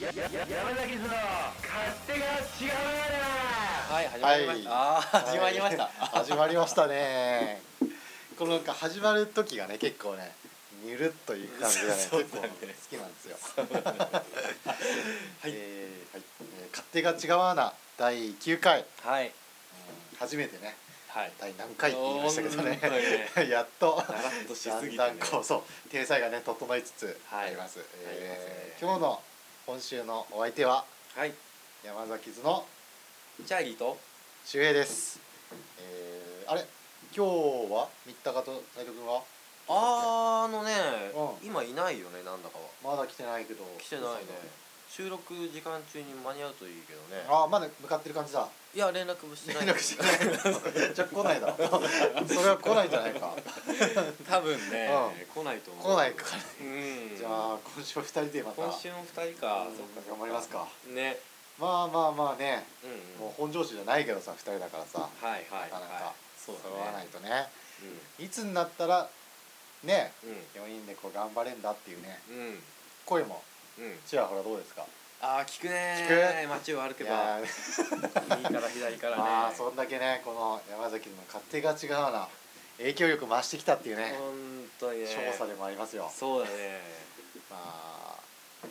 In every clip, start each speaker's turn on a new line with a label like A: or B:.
A: ややや山崎の勝手が違う
B: はい始まりました、ああー始まりました、
C: はい始まりましたねこのなんか始まる時がね結構ねにゅるっという感じがね結
B: そ
C: 構
B: う
C: 好
B: だね
C: きなんですよ
B: はい
C: えーはいえー勝手が違うわな第9回、うん
B: はい
C: 初めてね
B: はい
C: 第何回って言いましたけどね
B: 本当にね
C: やっと
B: だらっとしす
C: だ
B: ぎ
C: ん
B: て、ね
C: だん、こうそう体裁がね整いつつ
B: はい
C: あります、
B: ありますね
C: えー今日の今週のお相手は
B: はい
C: 山崎図の
B: チャーリーと
C: 周平です、えー、あれ今日は三鷹と斉藤君は
B: あーあのね、
C: う
B: 今いないよねなんだかは
C: まだ来てないけど
B: 来てないね収録時間中に間に合うといいけどね
C: あまだ向かってる感じだ
B: いや連絡もして
C: 連
B: ない
C: 絡して ないじゃあ来ないだろそれは来ないんじゃないか
B: 多分ね、来ないと思う
C: 来ないか
B: うん
C: じゃあ今週は二人でまた
B: 今週の二人か、
C: うん
B: そっかそっ
C: 頑張りますか
B: ね
C: まあまあまあね
B: うんうん
C: もう本庄市じゃないけどさ二人だからさ
B: はいはいはい
C: なかなか
B: そう
C: 揃わ
B: だ
C: ない
B: ね
C: とねいつになったらね
B: うんう
C: 4
B: ん
C: 人でこう頑張れんだっていうね
B: うん
C: 声も
B: うん
C: ちらほらどうですか
B: ああ聞くね
C: 聞
B: ー街を歩け
C: い
B: ば
C: やー
B: 右から左からね
C: まあそんだけねこの山崎の勝手が違うな影響力増してきたっていうね
B: 本当にね
C: 調査でもありますよ
B: そうだね
C: まあ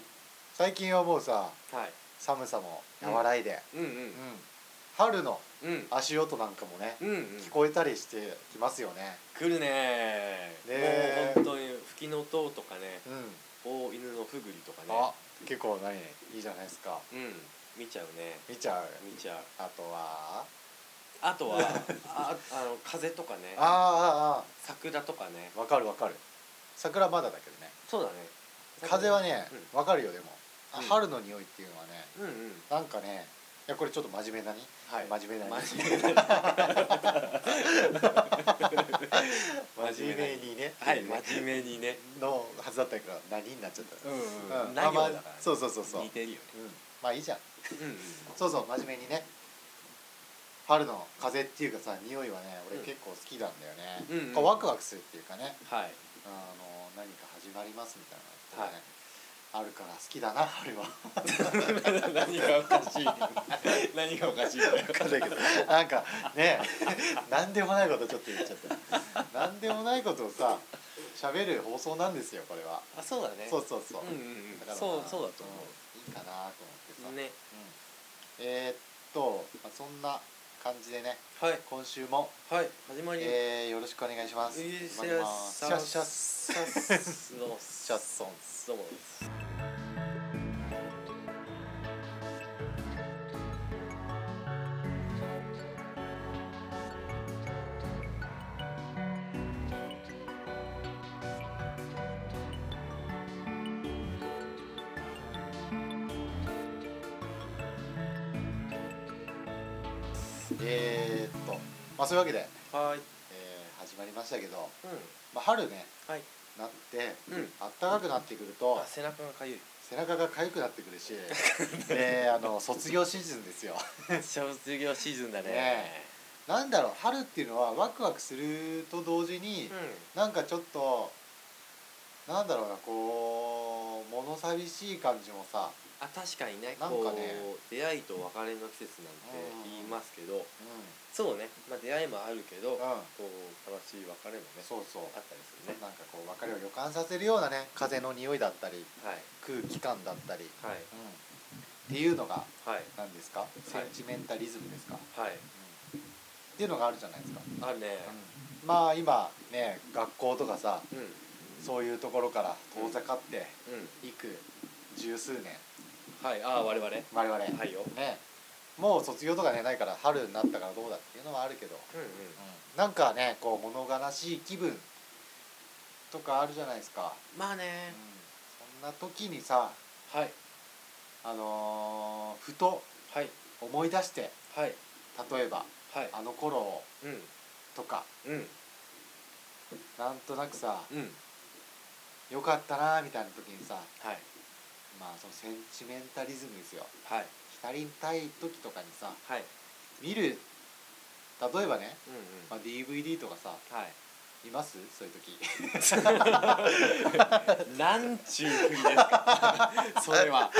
C: 最近はもうさ
B: はい
C: 寒さも和らいで、
B: うん
C: うん春の
B: うんうん
C: 足音なんかもね、
B: うんうん
C: 聞こえたりしてきますよね
B: 来るねー
C: ねー
B: もう本当に吹きの塔とかね
C: うん、
B: 大犬のふぐりとかね
C: あ結構何いいじゃないですか
B: うん見ちゃうね
C: 見ちゃう
B: 見ちゃう
C: あとは
B: あ とはああの風とかね
C: あーあ
B: 桜とかね
C: ーあーわかるわかる桜まだだけどね
B: そうだね
C: 風はね
B: う
C: わ、かるよでも、あ
B: うん
C: 春の匂いっていうのはね
B: んうんうん
C: なんかねいやこれちょっと真面目なに、
B: はい
C: 真面目なに
B: 真面目な
C: 真面目にね
B: は
C: っ
B: い
C: てうね
B: 真面目にね
C: のはずだったから何になっちゃった
B: うん
C: うん
B: うん
C: まあ
B: 何
C: ま
B: を
C: あ
B: だからね
C: そうそうそうそう
B: 似てるよね
C: うんまあいいじゃん
B: うんうん
C: そうそう真面目にね春の風っていうかさ匂いはね俺
B: うん
C: 結構好きなんだよね、
B: うんうん
C: こうワクワクするっていうかね
B: はい
C: あの何か始まりますみたいなのがね、あるから好きだな春は
B: 何がおかしい何がおかしいんだよ
C: 分かんないけどなんかね何でもないことちょっと言っちゃった何でもないことをさ喋る放送なんですよこれは
B: あそうだね
C: そうそうそう、
B: うんうんうん
C: だから
B: そう
C: まあ
B: そうだと思
C: んいいかなと思ってさ、
B: う
C: う
B: ね
C: んえーっと、まあ、そんな感じでね
B: はい
C: 今週も、
B: はい始まり
C: えー、よろしくお願いします。
B: えー
C: 始まりますシャッシャッ
B: シャッスどうも
C: シャッソン
B: どうもです
C: えー、っと、まあそういうわけで、
B: はい
C: えー、始まりましたけど、
B: うん
C: まあ春ね
B: はい
C: なって、
B: うん
C: あったかくなってくると
B: あ背中がかゆい
C: 背中が痒くなってくるし、で、あの卒業シーズンですよ。
B: 卒業シーズンだね
C: ねなんだろう、春っていうのはワクワクすると同時に、
B: う
C: なんかちょっとなんだろうなこう物寂しい感じもさ、
B: あ確かにね
C: なん
B: こ
C: かね
B: う出会いと別れの季節なんて言いますけど
C: う
B: そうねまあ出会いもあるけ
C: ん
B: ど
C: うん、
B: こう悲しい別れもね
C: そうそう。
B: あったりするね
C: なんかこう別れを予感させるようなね風の匂いだったり
B: はい
C: 空気感だったり、うん、
B: はい
C: っていうのが
B: はい
C: 何ですか、センチメンタリズムですか、
B: は
C: う
B: い
C: んっていうのがあるじゃないですか、
B: あるね
C: まあ今ね学校とかさ
B: うん
C: そういうところから遠ざかって
B: うん
C: いく十数年
B: はいああ我々は
C: 我々、
B: いよ
C: ねもう卒業とかねないから春になったからどうだっていうのはあるけど、
B: うんうん
C: うんなんかねこう物悲しい気分とかあるじゃないですか、
B: まあ
C: う
B: ね
C: んそんな時にさ
B: はい
C: あのーふと
B: はい
C: 思い出して
B: はい
C: 例えば
B: はい
C: あの頃を
B: うん
C: とか
B: うん
C: なんとなくさ
B: うん
C: 良かったなーみたいな時にさ
B: はい
C: まあそのセンチメンタリズムですよ
B: はい
C: 浸りたい時とかにさ
B: はい
C: 見る例えばね、
B: うんうん
C: まあ、DVD とかさ
B: はい
C: いますそういう時
B: なんちゅう国ですか そ れは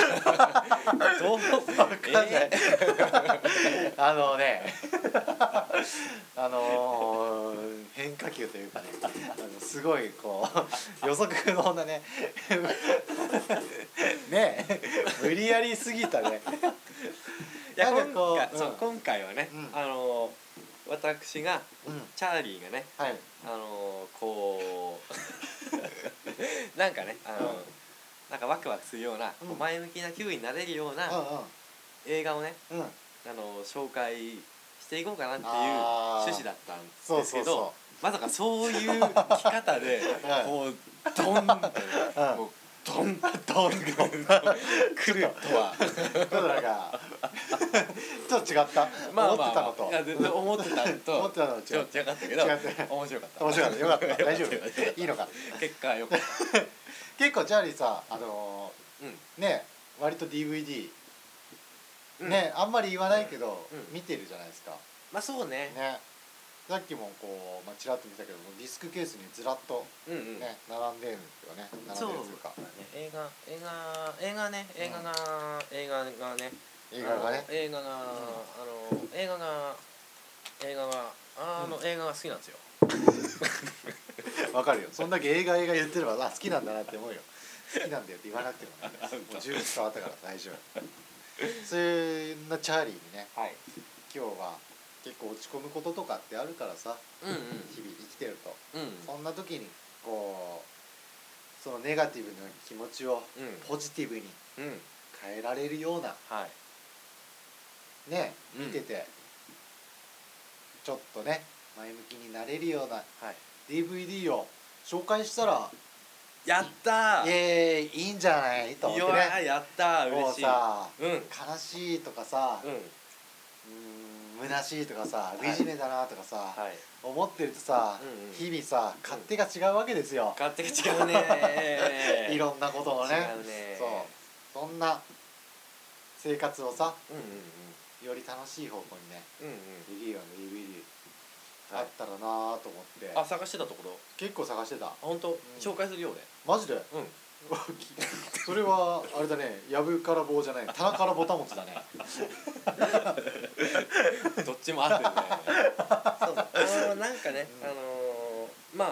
B: どうわか
C: んない あのねあのー変化球というかねあのすごいこう予測不能なね ね無理やりすぎたね
B: いや
C: なんかこう
B: 今回そう
C: うん
B: 今回はね、
C: うん
B: あの私が
C: うん
B: チャーリーがね
C: はい
B: あのこう なんかねあの、
C: うん
B: なんかワクワクするような、
C: うん
B: こう前向きな気分になれるよう
C: う
B: な映画をね、
C: んうんうん
B: あの紹介していこうかなっていう
C: あー
B: 趣旨だったんですけ
C: そ
B: ど
C: うそうそ
B: まさかそういう着方で、
C: うん
B: こうドンって、
C: うん
B: もうドンドンドン来るとは
C: うちょっとなんか ちょっと違った、
B: まあ
C: 思
B: ま
C: ってたの
B: あ
C: と
B: いや全然思ってたのと
C: 思ってたのは違う
B: ちょっと違かったけど
C: 違った
B: 面白かった
C: 面白かったよか った大丈
B: よかった
C: 夫いいのか
B: 結果はよかった
C: 結構チャーリーさあの
B: うん
C: ーね割と DVD、
B: うん
C: ねあんまり言わないけど、
B: うん
C: 見てるじゃないですか
B: まあそうね
C: ねさっきもこう、まあ、ちらっと見たけどもディスクケースにずらっと
B: うんうん
C: ね、並んでるんですよね
B: そう
C: 並んでるというか
B: まあね映画映画映画ね映画が映画がね
C: 映画がね
B: あの映画があの映画が映画があの映画が好きなんですよ
C: わかるよそんだけ映画映画言ってればあ好きなんだなって思うよ好きなんだよって言わなくても ねもう十分伝わったから大丈夫そんなチャーリーにね
B: はい
C: 今日は結構落ち込むこととかってあるからさ
B: うんうん
C: 日々生きてると
B: うん
C: そんな時にこうそのネガティブな気持ちを
B: うん
C: ポジティブに
B: うん
C: 変えられるような
B: はい
C: ね
B: うん
C: 見てて、ちょっとね前向きになれるような
B: はい
C: DVD を紹介したら
B: やった
C: イ
B: ー
C: エーイいいんじゃないと思っ
B: い
C: て
B: やー
C: ね
B: やったー
C: も
B: 嬉
C: う
B: しい
C: さ
B: うん
C: 悲しいとかさ、う
B: うん
C: ーん虚しいとかさ惨めだなとかさ、
B: はい
C: 思ってるとさ、
B: うんうん
C: 日々さ勝手が違うわけですよ、
B: 勝手が違うね
C: いろんなことをね
B: 違うね
C: そうそんな生活をさ
B: うんうん
C: より楽しい方向にね
B: うんうん
C: できるような DVD
B: はい
C: あったらなぁと思って、
B: うんあ探してたところ
C: 結構探してた
B: 本当、紹介するよ
C: マジで
B: 俺うん
C: それはあれだねやぶから棒じゃない棚からぼたもちだね
B: どっちも合ってるねそうだあのなんかね、
C: うん
B: あのーま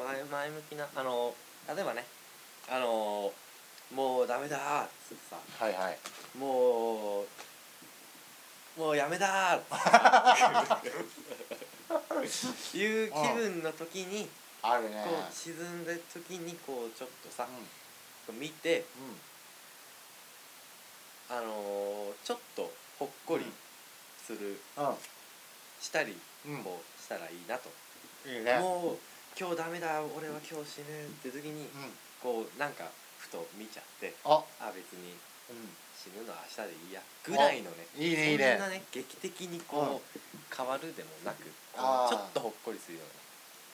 B: あ前前向きなあのー例えばねあのーもうダメだーっつってさ
C: はいはい
B: もうもうやめだーっつっていう気分の時に
C: あるね
B: こう沈んだ時にこうちょっとさ
C: うん、
B: 見て
C: うん
B: あのーちょっとほっこりするしたり
C: うん
B: こうしたらいいなと、
C: いいね
B: もう今日ダメだ俺は今日死ぬって時に
C: うん
B: こうなんかふと見ちゃって
C: あ
B: あ別に
C: う
B: 死ぬのは明日でいいやぐらいのね
C: んいいねいいね
B: そんなね劇的にこう、変わるでもなく
C: あー
B: ちょっとほっこりするような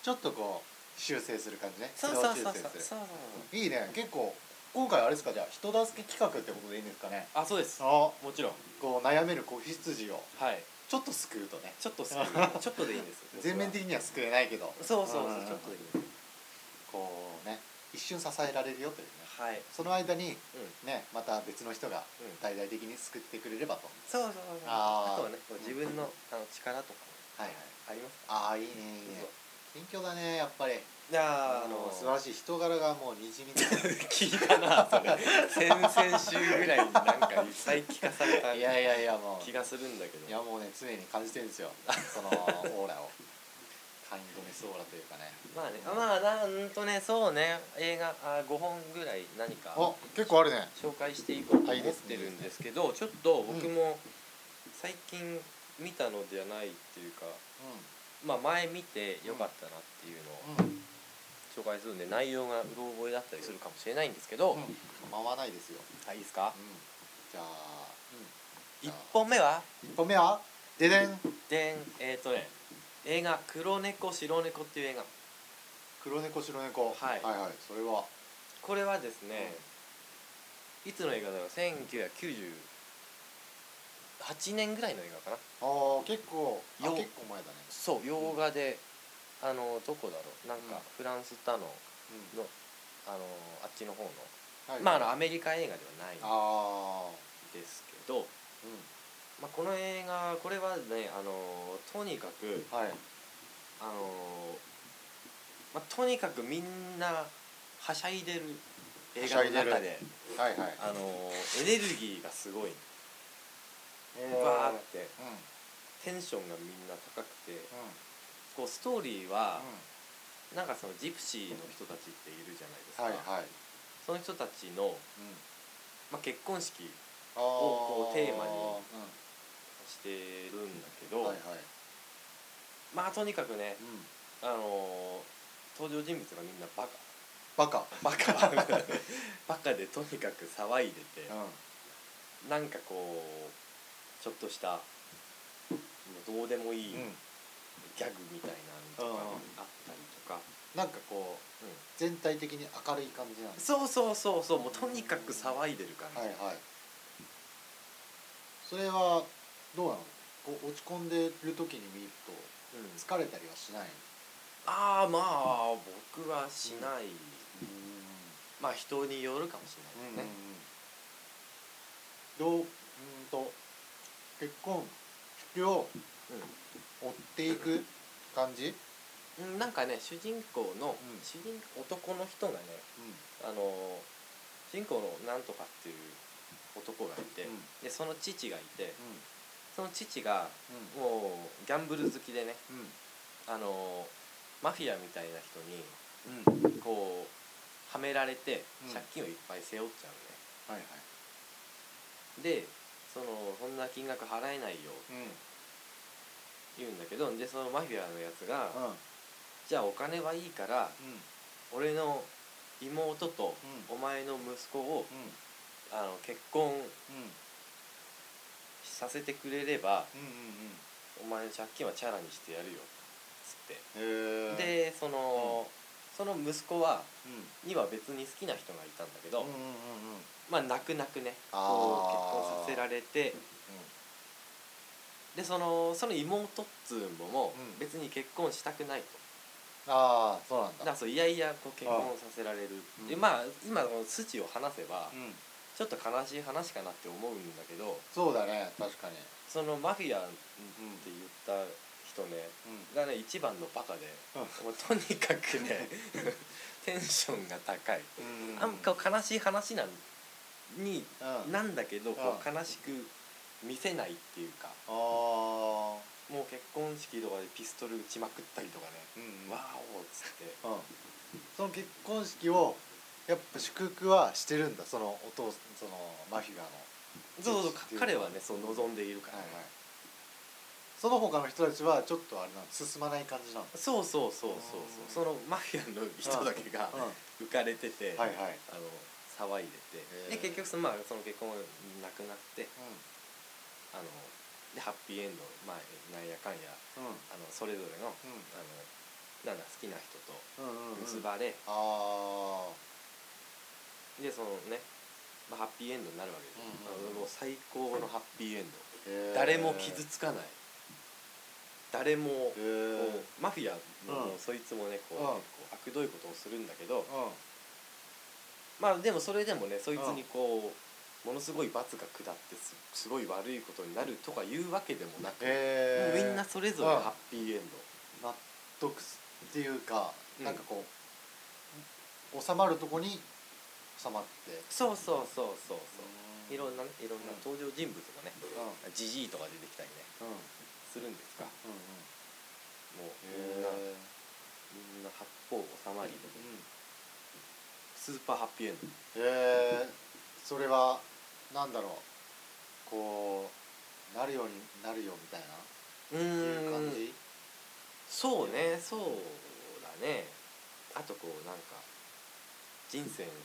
C: ちょっとこう修正する感じね
B: そうそうそうそう
C: 軌道
B: そう
C: 修正す
B: そう
C: るいいね結構今回あれですかじゃあ人助け企画ってことでいいんですかね
B: あそうです
C: あ
B: もちろん
C: こう悩める子羊を
B: はい
C: ちょっと救うとね
B: ちょっ と好きちょっとでいいんです僕は
C: 全面的には救えないけど
B: そうそうそう
C: うん
B: ちょっとでいいんです
C: こうね一瞬支えられるよというね
B: はい
C: その間に
B: うん
C: ねまた別の人が
B: うん
C: 大々的に救ってくれればと、
B: そうそうそうそう
C: あー
B: あとはねこう自分のあの力とか
C: はいはい
B: ありますか
C: ああいいねいいね
B: い
C: 謙虚だねやっぱり
B: やーあ
C: も
B: の
C: う素晴らしい人柄がもうにじみ出 て
B: 聞いたなそれ先々週ぐらいになんかいっぱい聞かされた
C: いやいやいやもう
B: 気がするんだけ
C: い
B: ど
C: やもうね常に感じてるんですよそのオー ラをカインドネスオーラというかね
B: まあねまあなんとねそうね映画あ5本ぐらい何か
C: あ結構あるね
B: 紹介していこうと
C: あ
B: 思
C: い
B: っ
C: いです
B: てるんですけどちょっと僕も最近見たのではないっていうかまあ前見てよかったなっていうのを
C: うんうん
B: 紹介するんで内容がうろ覚えだったりするかもしれないんですけど、
C: 構わないですよ、
B: はいいいですか
C: うん、じゃあ、
B: 一本目は
C: 一本目はででん
B: でんえっ、とね映画「黒猫白猫」っていう映画
C: 黒猫白猫、
B: はい
C: はいはいそれは
B: これはですね、いつの映画だろう1998年ぐらいの映画
C: あ
B: かな
C: あ結構あ
B: よ
C: 結構前だね
B: そう洋画で、あのどこだろうなん
C: うん
B: かフランスだの
C: う
B: のあのあっちの方の、
C: んはい
B: まああのアメリカ映画ではないん
C: あ
B: ですけど、
C: ー
B: まあ、この映画これはねあのとにかく
C: うんはい
B: あの、まあ、とにかくみんなはしゃいでる映画
C: は
B: の
C: しゃ
B: 中
C: いで
B: で
C: はいはい
B: あのエネルギーがすごい
C: えー
B: バーって
C: うんうん
B: テンションがみんな高くてこうストーリーはなんかそのジプシーの人たちっているじゃないですか、
C: はいはい
B: その人たちの、
C: うん
B: まあ、結婚式を
C: あー
B: こうテーマに
C: うん
B: してるんだけど、
C: はいはい
B: まあとにかくね
C: う、ん
B: あのー登場人物がみんなバカ
C: バカ
B: バカ バカでとにかく騒いでて
C: うん
B: なんかこうちょっとしたもうどうでもいい
C: うん
B: ギャグみたいなのとかあったりとか、
C: なんかこう
B: うん
C: 全体的に明るい感じなんです
B: そうそうそうそうもうとにかく騒いでる感じ、
C: はいはいそれはどうなのこう落ち込んでる時に見ると
B: うん
C: 疲れたりはしない
B: ああまあ僕はしない、
C: うん
B: まあ人によるかもしれないですね、
C: どううんと結婚式を
B: うん
C: 追っていく感じ、
B: うんなんかね主人公
C: う
B: の、
C: ん
B: 主人男の人がねあの主人公のなんとかっていう男がいて、
C: うん
B: でその父がいて
C: う
B: その父が
C: ん
B: もうギャンブル好きでね
C: うん
B: あのマフィアみたいな人
C: うんうん
B: にこうはめられて
C: うん
B: 借金をいっぱい背負っちゃ
C: は
B: うね、
C: いはい
B: でそのそんな金額払えないよ
C: うん
B: 言うんだけどでそのマフィアのやつが、
C: うん
B: じゃあお金はいいから
C: うん
B: 俺の妹とお前の息子を、
C: うん
B: あの結婚
C: うん
B: させてくれれば
C: うん
B: お前の借金はチャラにしてやるよつって、
C: うんうんへえ
B: でその、その息子は
C: うん
B: には別に好きな人がいたんだけど、
C: うんうんうんうん
B: まあ泣く泣くね
C: あー
B: こう結婚させられてでそのその妹っつうのも
C: うん
B: 別に結婚したくないと。
C: ああそうなん
B: だ
C: だ
B: からそういやいやこう結婚させられる
C: うん
B: でまあ今この筋を話せば
C: うん
B: ちょっと悲しい話かなって思うんだけど
C: そうだね確かに
B: そのマフィアって
C: うん
B: 言った人ね
C: うん
B: がね一番のバカで
C: うん
B: もうとにかく ねテンションが高い
C: うん
B: なんか悲しい話なんに
C: うん
B: なんだけどこう
C: う
B: 悲しく見せないっていうか
C: ああ
B: もう結婚式とかでピストル撃ちまくったりとかね
C: うん
B: わーおーっつって
C: うんその結婚式をやっぱ祝福はしてるんだそのお父そのマフィアの
B: そうそうか彼はねそう望んでいるからね
C: その他の人たちはちょっとあれなん進まない感じなんだ
B: そうそうそうそう
C: うん
B: そうそのマフィアの人だけが
C: う
B: 浮かれてて、
C: んはいはい
B: あの騒いで
C: へー
B: てで結局その,、まあ、その結婚なくなって
C: う
B: あのでハッピーエンド、まあ、なんやかんや
C: んうん
B: あのそれぞれのあのなんだ好きな人と
C: うんうん
B: 結ばれ、
C: ああ
B: でそのね、まあ、ハッピーエンドになるわけです、
C: うんうんうん
B: あのもう最高のハッピーエン
C: へえ
B: ド誰も傷つかない誰も
C: へ
B: こ
C: え
B: うマフィアの、
C: うん
B: そいつもねこう、
C: うん
B: 結構悪どいことをするんだけど、
C: うん
B: まあでもそれでもねそいつにこうものすごい罰が下ってすすごい悪いことになるとかいうわけでもなく、
C: へえ
B: もうみんなそれぞれ
C: うん
B: ハッピーエン
C: 納得すっていうか、
B: うん
C: なんかこう収まるとこに収まって
B: ドそうそうそうそうそう
C: い
B: いろ
C: なん
B: なねいろんな
C: うん
B: 登場人物がね
C: うんうん
B: じじいとか出てきたりねするんですがもうみ
C: うんうん
B: んな
C: へ
B: みんな八方収まり
C: えうん
B: スーパーハッピーエンド
C: えー、それはなんだろうこうなるようになるよみたいな
B: う
C: っていう感
B: ーん
C: じ
B: そうねそうだねあとこうなんか人生のこう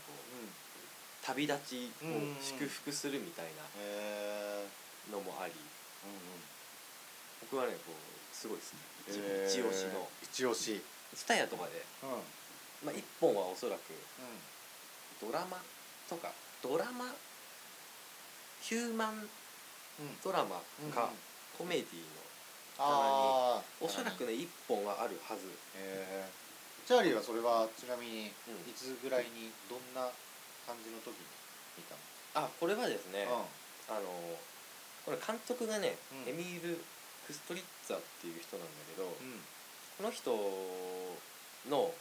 B: 旅立ちを祝福するみたいな
C: へえ
B: のもあり
C: う
B: 僕はねこうすごい好
C: ん
B: き、
C: うん
B: 一押しの
C: 一押し
B: スタヤとかで、
C: うんうん
B: まあ、1本はおそらくドラマとかドラマヒューマンドラマか、コメディの
C: ああ
B: おそらくね1本はあるはず
C: えー、チャーリーはそれはちなみにい
B: うん
C: つぐらいにどんな感じの時に見たの、
B: あこれはですね、
C: うん
B: あのこれ監督がね、
C: うん
B: エミール・クストリッツァっていう人なんだけど、
C: うん
B: この人の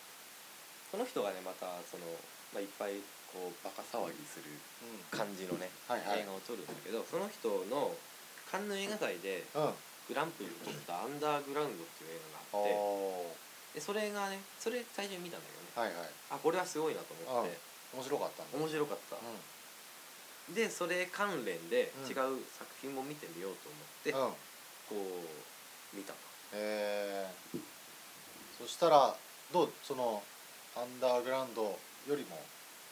B: この人がねまたその、まあ、いっぱいこうバカ騒ぎする
C: うん
B: 感じのね、
C: はいはい
B: 映画を撮るんだけどその人のカンヌ映画祭で
C: うんあ
B: グランプリを取った「アンダーグラウンド」っていう映
C: あ
B: 画があっ
C: ー
B: てでそれがねそれ最初に見たんだけどね
C: はいはい
B: あこれはすごいなと思って
C: 面白かったんだ
B: 面白かった、
C: う
B: でそれ関連で
C: うん
B: 違う作品も見てみようと思って、
C: んうん
B: こう見たの
C: えー、そしたらどうそのアンダーグラウンドよりも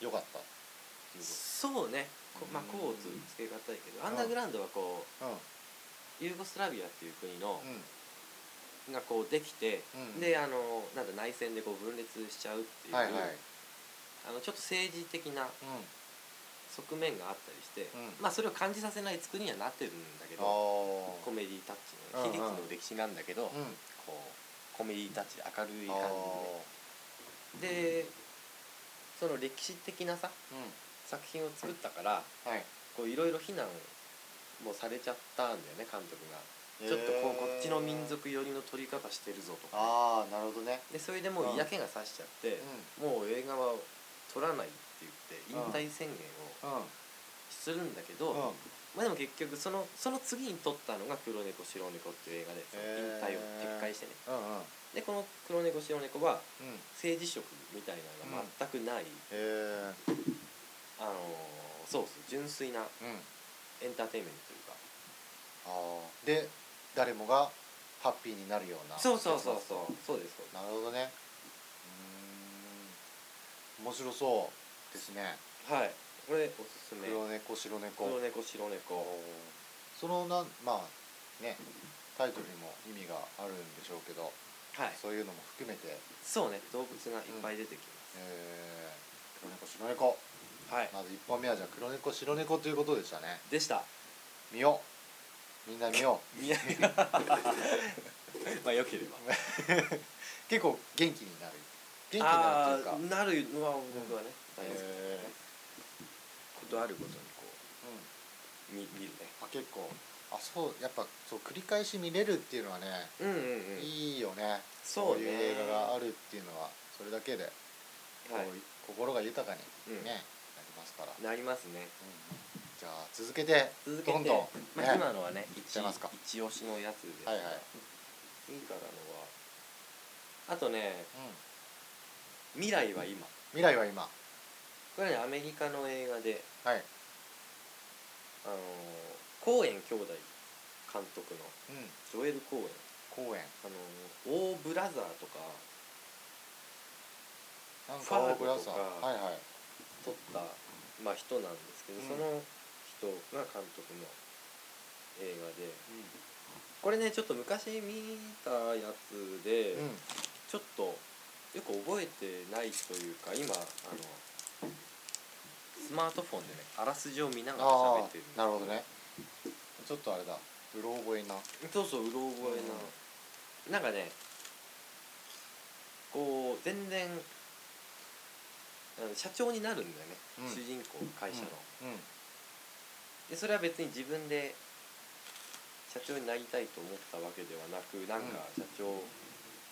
C: 良かったっていう
B: そうねこまあ
C: うん
B: こうつつけがたいけどアンダーグラウンドはこ
C: こと
B: うユーゴスラビアっていう国の
C: うんうん
B: がこうできて、
C: うん
B: であのなんだ内戦でこう分裂しちゃうっていう、
C: はいはい
B: あのちょっと政治的な
C: う
B: 側面があったりして、
C: うん
B: まあそれを感じさせない作りにはなってるんだけ
C: んあ
B: ど
C: あ
B: コメディタッチ
C: うんう
B: の悲
C: ん
B: 劇の歴史なんだけど、
C: うん
B: こうコメディタッチで明るい
C: あ
B: 感じで,、でその歴史的なさ
C: ーうん
B: 作品を作ったから
C: はい
B: こういろいろ非難もされちゃったんだよね監督が。ちょっとこうこっちの民族寄りの撮り方してるぞとかね、
C: ああなるほどね
B: でそれでもう嫌気がさしちゃって、もう映画は撮らないって言って引退宣言を
C: うんうん
B: するんだけど、
C: うん
B: まあでも結局そのその次に撮ったのが「黒猫白猫」っていう映画でその
C: へー
B: 引退を撤回してね
C: うんうん
B: でこの「黒猫白猫」は
C: うん
B: 政治色みたいなのが全くない、
C: え
B: あのーそうそう純粋な
C: ー、うん
B: エンターテインメントというか
C: あーで誰もがハッピーになるような
B: そうそうそうそうそうですそうです
C: なるほどねうーん面白そうですね
B: はいこれおすすめ
C: 黒猫白猫
B: 黒猫白
C: おー
B: 猫
C: そのなんまあねタイトルにも意味があるんでしょうけど
B: はい
C: そういうのも含めて、
B: そうね動物がいっぱい出てきます、
C: えー黒猫白猫
B: はい
C: まず1本目はじゃあ黒猫白猫ということでしたね
B: で した
C: 見ようみんな見よ
B: いやまあよければ
C: う結構元気になる元気にな る
B: あ
C: というか
B: あーなるのは僕はね、大好き
C: え
B: ことあるごとにこ
C: ーうん
B: う見見るね
C: あ結構あそうやっぱそう繰り返し見れるっていうのはね、
B: うんうんうん
C: いいよね
B: そうね
C: こいう映画があるっていうのはそれだけで、
B: は
C: こう心が豊かにね、
B: うん
C: なりますから、
B: いなりますね
C: うんじゃあ続けて
B: 続けて
C: どんどん、
B: ま
C: ね
B: あ、今のはね
C: ちゃいますか
B: 一一押しのやつです
C: はいはい、
B: いいからのはあとね
C: うん、
B: 「未来は今
C: 未来は今は」
B: これはねアメリカの映画で
C: い、
B: あのーコーエン兄弟監督の
C: うん、
B: ジョエル・コーエン
C: 公演
B: あのオーブラザーとか
C: なん
B: フ
C: か
B: ァーゴ
C: 大倉さん
B: とか
C: はいはい
B: 撮った、まあ、人なんですけど、
C: うん
B: その人が監督の映画でこれねちょっと昔見たやつで、
C: うん、うん、
B: ちょっとよく覚えてないというか今あのスマートフォンでねあらすじを見ながら
C: あ
B: 喋ってる
C: あなるほどねちょっとあれだうろ覚えな
B: そうそううろ覚えな、なんかねこう全然あの社長になるんだよ
C: う
B: ね、
C: ん
B: 主人公会社の、
C: うん、うん
B: でそれは別に自分で社長になりたいと思ったわけではなくなんか社長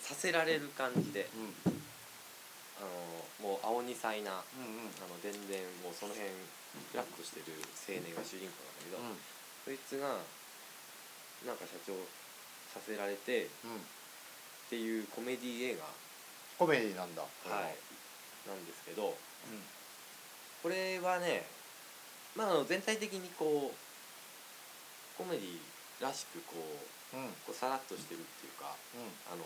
B: させられる感じで、あのもう青二歳なあ
C: うんうん
B: の全然もうその辺フラッとしてる青年が主人公な
C: う
B: んだけど、
C: ん
B: そいつがなんか社長させられてっ
C: うん
B: ていうコメディ映画、
C: コメディなんだ
B: はい、なんですけ
C: うん
B: どこれはね、まあ、あの全体的にこうコメディらしくこう
C: うんうん
B: こうさらっとしてるっていうかあの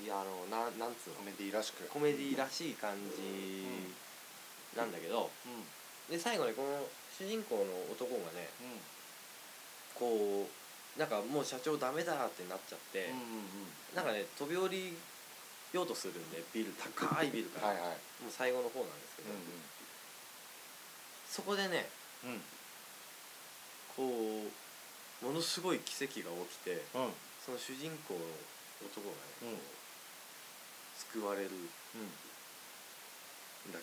B: いやあのななんつう
C: コ
B: の
C: メディらしく
B: コメディらしい感じなんだけど、
C: うんうん
B: で最後ねこの主人公の男がねこうなんかもう社長ダメだってなっちゃっ
C: う
B: て、
C: んうん
B: なんかね飛び降りようとするんでビル高いビルか
C: はい
B: ら、
C: はい
B: もう最後の方なんですけど、そこでね
C: うんうん
B: こうものすごい奇跡が起きて
C: うんうん
B: その主人公の男がね、こう救われるんだ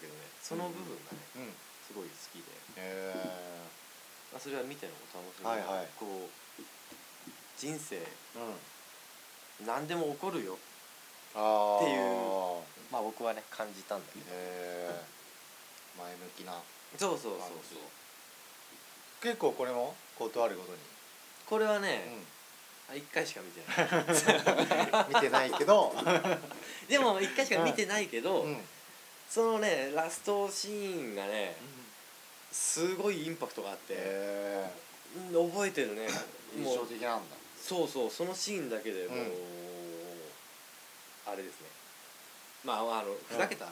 B: けどねその部分が
C: うん
B: ね、すごい好きで、
C: え
B: まあ、それは見てのお楽しみ、
C: はいはい
B: こう人生
C: ー、うん
B: 何でも起こるよ
C: あー
B: っていうまあ僕はね感じたんだけど
C: えー、前向きな
B: そうそうそう
C: 感じ
B: そう
C: 結構これも断るごとに、
B: これは
C: うん
B: ね、あ一1回しか見てない
C: 見てないけ ど、
B: で も1回しか見てないけど、
C: うん
B: そのねラストシーンがねすごいインパクトがあって、
C: え
B: うん覚えて るね
C: ー、印
B: も
C: 象
B: う
C: 的なんだ
B: そうそうそのシーンだけでもう、
C: うん
B: あれですねまああのふざけた、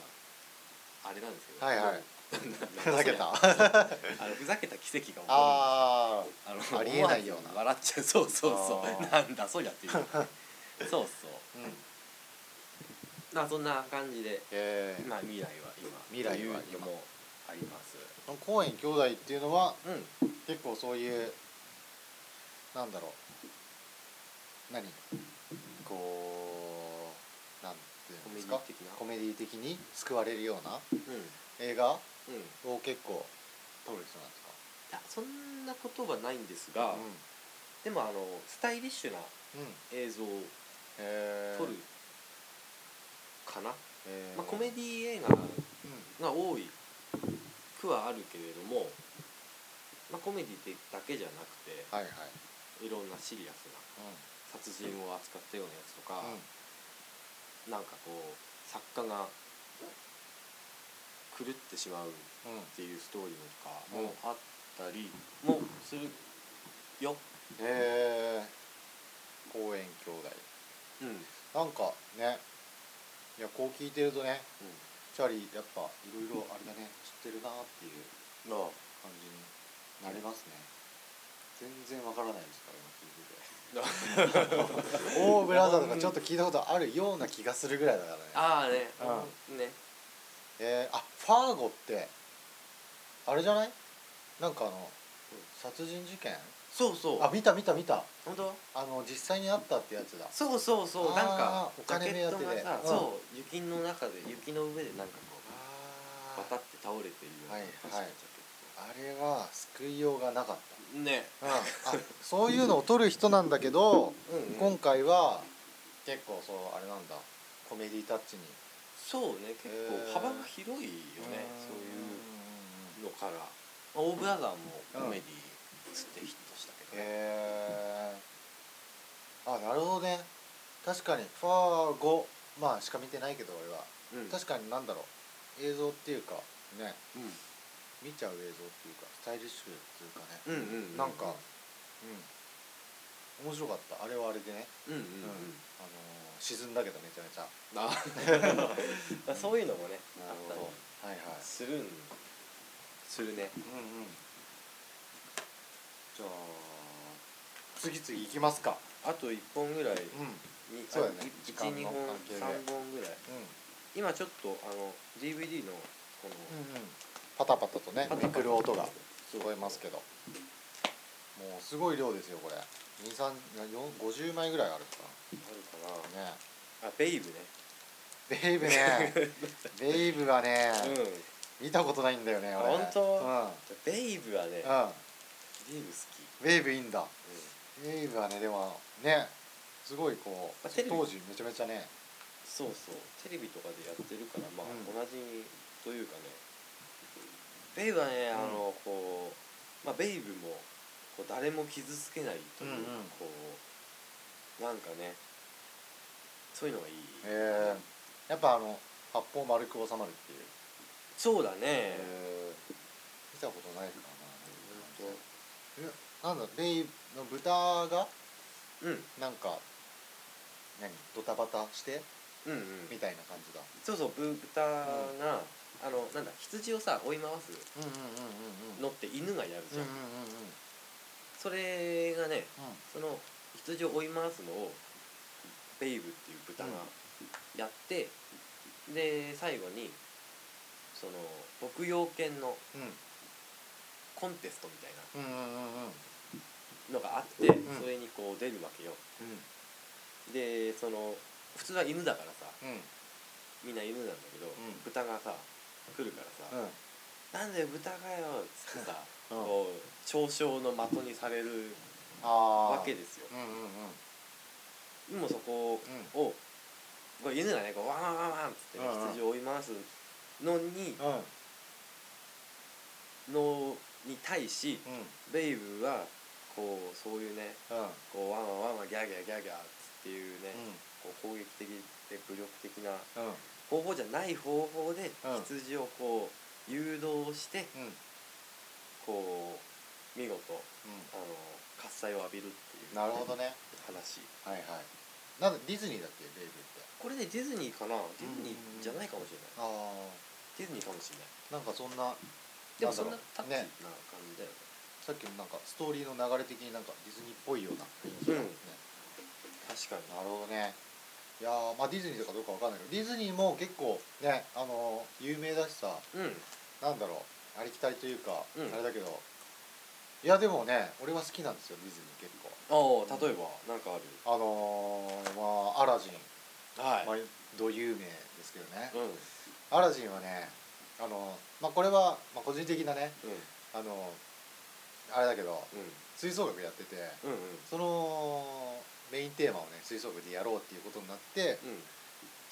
B: あれ なんですけど
C: はいはいふざけた
B: あのふざけた奇跡が起こる
C: あ
B: の
C: ありえないような
B: 思わず笑っちゃうそうそうそう
C: あー
B: なんだそりゃっていうそうそう
C: ー、うん、
B: まあそんな感じで
C: えー
B: まあ未来は今
C: 未来は今
B: というのもあります
C: 公園兄弟っていうのは
B: うん
C: 結構そういうなんだろう何こうなんてい
B: コ
C: うん
B: メ
C: で
B: デ
C: すか
B: ィ的な
C: コメディ的に救われるような
B: うんうん
C: 映画
B: い
C: を結構撮る人なんですか
B: やそんなことはないんですが、でもあのスタイリッシュな
C: うん、うん、
B: 映像を
C: えー、
B: 撮るかな、
C: えー、
B: まあ、コメディ映
C: う
B: 画が多いくはあるけれども、まあ、コメディだけじゃなくて
C: ん、はいはい
B: いろんなシリアスな殺人を扱ったようなやつとか、
C: うん、うん、
B: なんかこう作家が狂ってしまうっ
C: うん
B: ていうストーリー
C: うん
B: とかもあったりもするよ、
C: えー、公園兄弟
B: うん
C: なんかねいやこう聞いてるとねチャーリーやっぱいろいろあれだね知ってるなっていう
B: あ
C: 感じになりますね全然わからないですから今聞い てておーブラザーとかちょっと聞いたことあるような気がするぐらいだからね
B: ああね、ね
C: えー、あファーゴってあれじゃないなんかあの殺人事件
B: そうそう
C: あ見た見た見た
B: 本当
C: あの実際にあったってやつだ
B: そうそうそうなんか
C: あーお
B: ジャ
C: 金
B: ケ
C: 目
B: ッ
C: 当
B: ト
C: てで
B: がさ、
C: うん
B: そう雪の中で雪の上でなんかこう
C: あ
B: バタって倒れているような
C: はいはい
B: 確かにジャケ
C: あれは救いようがなかっ
B: ットね
C: た、うん、あそういうのを撮る人なんだけど
B: うんうん
C: 今回は結構そうあれなんだコメディタッチに
B: そうね結
C: へー
B: 構幅が広いよねそういうのからまあオーブラザーもコメディつってヒットしたけ
C: へ
B: ど、
C: えあなるほどね確かにファーゴまあしか見てないけど俺は、
B: うん
C: 確かになんだろう映像っていうかね
B: うん
C: 見ちゃう映像っていうかスタイリッシュっていうかね、
B: うんうんうん
C: なんかうん面白かったあれはあれでね、
B: うんうんうん
C: うんあのー沈んだけどめちゃめちゃ
B: あ そういうのもねあったり
C: はいはい
B: するんするね
C: うんうんじゃあ次々行きますか
B: あと1本ぐらい
C: うん
B: に
C: そうだね時間の
B: 12本
C: 関係で
B: 3本ぐらい今ちょっとあの DVD のこの、
C: うんパタパタとね
B: パタパ
C: め
B: タ
C: くる音が聞こえますけどもうすごい量ですよこれ2350枚ぐらいあるか
B: あるか
C: なね
B: なあベイブね
C: ベイブ ねベイブはね、
B: うん
C: 見たことないんだよね俺
B: あ本当ベイブはね
C: うん、うん、
B: ベイブ好き、
C: ベイブいいんだ
B: うん
C: ベイブはねでもねすごいこう
B: まあテレビ
C: 当時めちゃめちゃね
B: そうそうテレビとかでやってるからまあ、
C: うん
B: 同じというかねベイブはねあの、こう、まあ、ベイブもこう誰も傷つけないという、
C: うんうん
B: こうなんかねそういうのがいい、
C: えー、やっぱあの八方丸く収まるっていう、
B: そうだね
C: え、ー、見たことないか
B: ほんと
C: ななんだベイの豚が
B: うん、
C: なんか何ドタバタして
B: うんうん
C: みたいな感じだ
B: そうそうぶ豚が、あのなんだ羊をさ追い回す
C: うんうんうん
B: のって犬がやるじ
C: うんうんうん
B: ゃん、それがね
C: うん
B: その羊を追い回すのをベイブっていう豚がやって、で最後にその牧羊犬の
C: うん
B: コンテストみたいな
C: うんうんうんうん
B: のがあって、
C: ん
B: それにこう出るわけよ
C: う
B: でその普通は犬だからさ
C: んうん
B: みんな犬なんだけど、
C: ん
B: 豚がさ来るからさ「なんだよ豚かよ」っつって
C: うん
B: さ、こう嘲笑の的にされる
C: ああ
B: わけですよ
C: うんうんうん
B: でもそこを、これ犬がねこうワンワンワンワンっつってね、
C: うんうん
B: 羊を追い回すのに
C: うん
B: のに対し
C: うん
B: ベイブはこうそういうね
C: うん
B: こうワンワンワンワンギャーギャーギャーギャーっつっていうね、こう攻撃的で武力的な
C: うんうん
B: 方法じゃない方法で
C: うん
B: 羊をこう誘導して
C: うん
B: こう見事あの喝采を浴びるっていう
C: なるほどね
B: 話
C: はいはいなんだディズニーだっけベイビーって
B: これでディズニーかなディズニーじゃないかもしれない
C: ああ
B: ディズニーかもしれない
C: なんかそんな
B: でもそんなタッチな
C: ね
B: 感じだよね
C: さっきのなんかストーリーの流れ的になんかディズニーっぽいような雰囲気だもんね、
B: 確かに
C: なるほどねいやーまあディズニーとかどうかわかんないけどディズニーも結構ねあのー有名だしさ
B: うん
C: なんだろうありきたりというか、
B: うん
C: あれだけどいやでもね俺は好きなんですよディズニー結構
B: ああ例えばなんかある
C: あのーまあアラジン、
B: はい
C: まあ、ど有名ですけどね、
B: うんうん
C: アラジンはねあのーまあこれは、まあ、個人的なねあのーあれだけど吹奏楽やってて
B: うんうん
C: そのメインテーマをね吹奏楽でやろうっていうことになって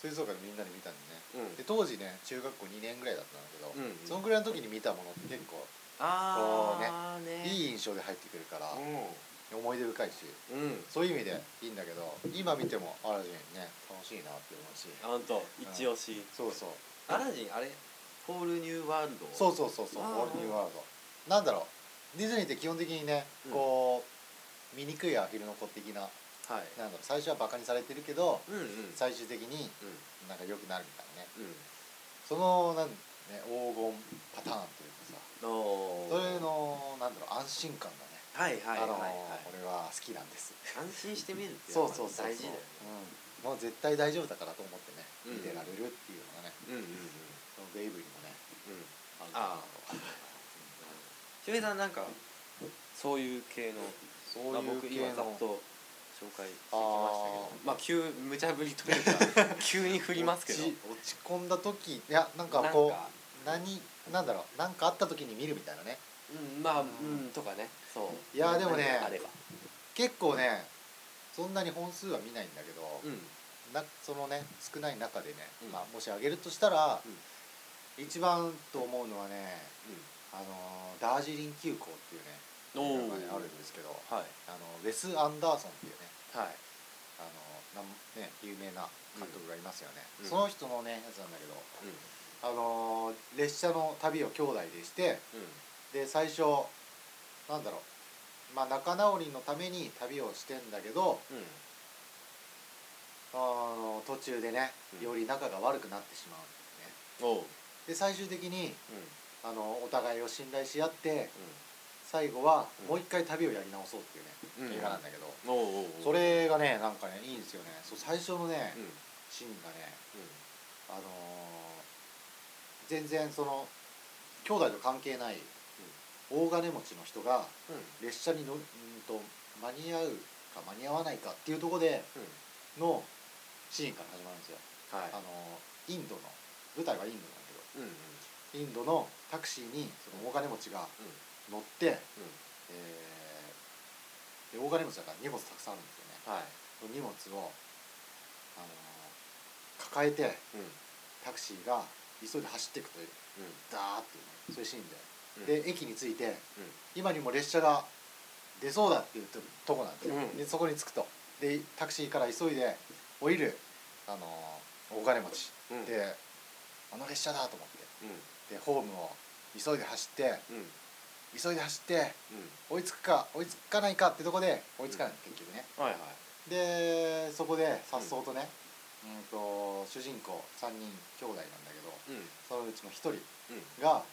C: 吹奏楽みんなで見たんでね
B: うんうん
C: で当時ね中学校2年ぐらいだったんだけど、
B: うんうん
C: そのぐらいの時に見たものって結構
B: ああね
C: いい印象で入ってくるから、
B: う
C: 思い出深いし
B: んうん
C: そういう意味でいいんだけど今見てもアラジンね楽しいなって思うし
B: あほんと一押し
C: そうそう
B: アラジンあれホールニューワールド
C: そうそうそうそう
B: あー
C: オールニューワールドなんだろうディズニーって基本的にね
B: うん
C: こう、醜いアヒルの子的な
B: はい
C: なんだろう最初はバカにされてるけど
B: うんうんうん
C: 最終的になんか良くなるみたいなね
B: うん
C: そのなん、ね、黄金パターンというかさ
B: おー
C: それのなんだろう安心感がね
B: はいは
C: あ
B: いはい
C: のー
B: はい
C: 俺は好きなんです
B: 安心して見るって
C: そうそうそう
B: 大事だよね
C: うん、もう絶対大丈夫だからと思ってね
B: うん
C: 見てられるっていうのがね、
B: うんうんうんうん
C: そのベイブにもね
B: ああ翔平さんなんかそういう系の
C: そう
B: まあ、
C: いう
B: 僕今
C: 系
B: ざっ
C: の
B: と紹介してきましたけ
C: あ
B: どまあ急無茶ぶりと いうか急に振りますけど
C: 落ち落ち込んだ時いやなんか
B: なん
C: こ
B: か
C: う何なんだろうなんかあった時に見るみたいなね
B: うんまあう
C: うん
B: んとかねそうい
C: いやでもね
B: あれば
C: 結構ねそんなに本数は見ないんだけど、
B: うん
C: なそのね少ない中でね、
B: うん
C: まあ、もしあげるとしたら、一番と思うのはね、あのーダージリン急行っていうね
B: おー
C: 映画がねあるんですけど
B: はい
C: あのウェス・アンダーソンっていうね
B: はい
C: あのなん、ね、有名な監督がいますよね、
B: うん
C: その人のねやつなんだけど、
B: うん
C: あのー列車の旅を兄弟でして
B: う
C: で最初なんだろう、まあ、仲直りのために旅をしてんだけど
B: んうん
C: あの途中でね
B: うん
C: より仲が悪くなってしまうんだよね
B: おううん
C: で最終的にあのお互いを信頼し合って
B: う
C: 最後は
B: うん
C: もう一回旅をやり直そうっていうね、
B: うん
C: 映画なんだけど、
B: んおうおうおう
C: それがねなんかねいいんですよねそう最初のね、
B: うんうん
C: シーンがねあのー全然その兄弟と関係ない大金持ちの人が
B: うん
C: 列車にのうんと間に合うか間に合わないかっていうところで
B: う
C: のシーンから始まるんですよ、
B: んはい
C: あのーインドの舞台はインドなんだ
B: うんうんうん
C: けどインドのタクシーにその大金持ちが乗って、えーで大金持ちだから荷物たくさんあるんですよね
B: うんはい
C: その荷物を、あのー抱えて
B: うん
C: タクシーが急いで走っていくというダーっていうねそういうシーンで、
B: うん
C: で駅に着いて今にも列車が出そうだっていうととこなんで,、
B: うん
C: でそこに着くとでタクシーから急いで降りる、あのー大金持ち、
B: うんうん
C: であの列車だと思っ
B: うん
C: てでホームを急いで走って
B: うんうん
C: 急いで走って追いつくか追いつかないかってとこで追いつかない結局ね
B: はいはい
C: でそこでさっそうとね、うん、と主人公3人兄弟なんだけど
B: うん
C: そのうちの1人
B: うん
C: が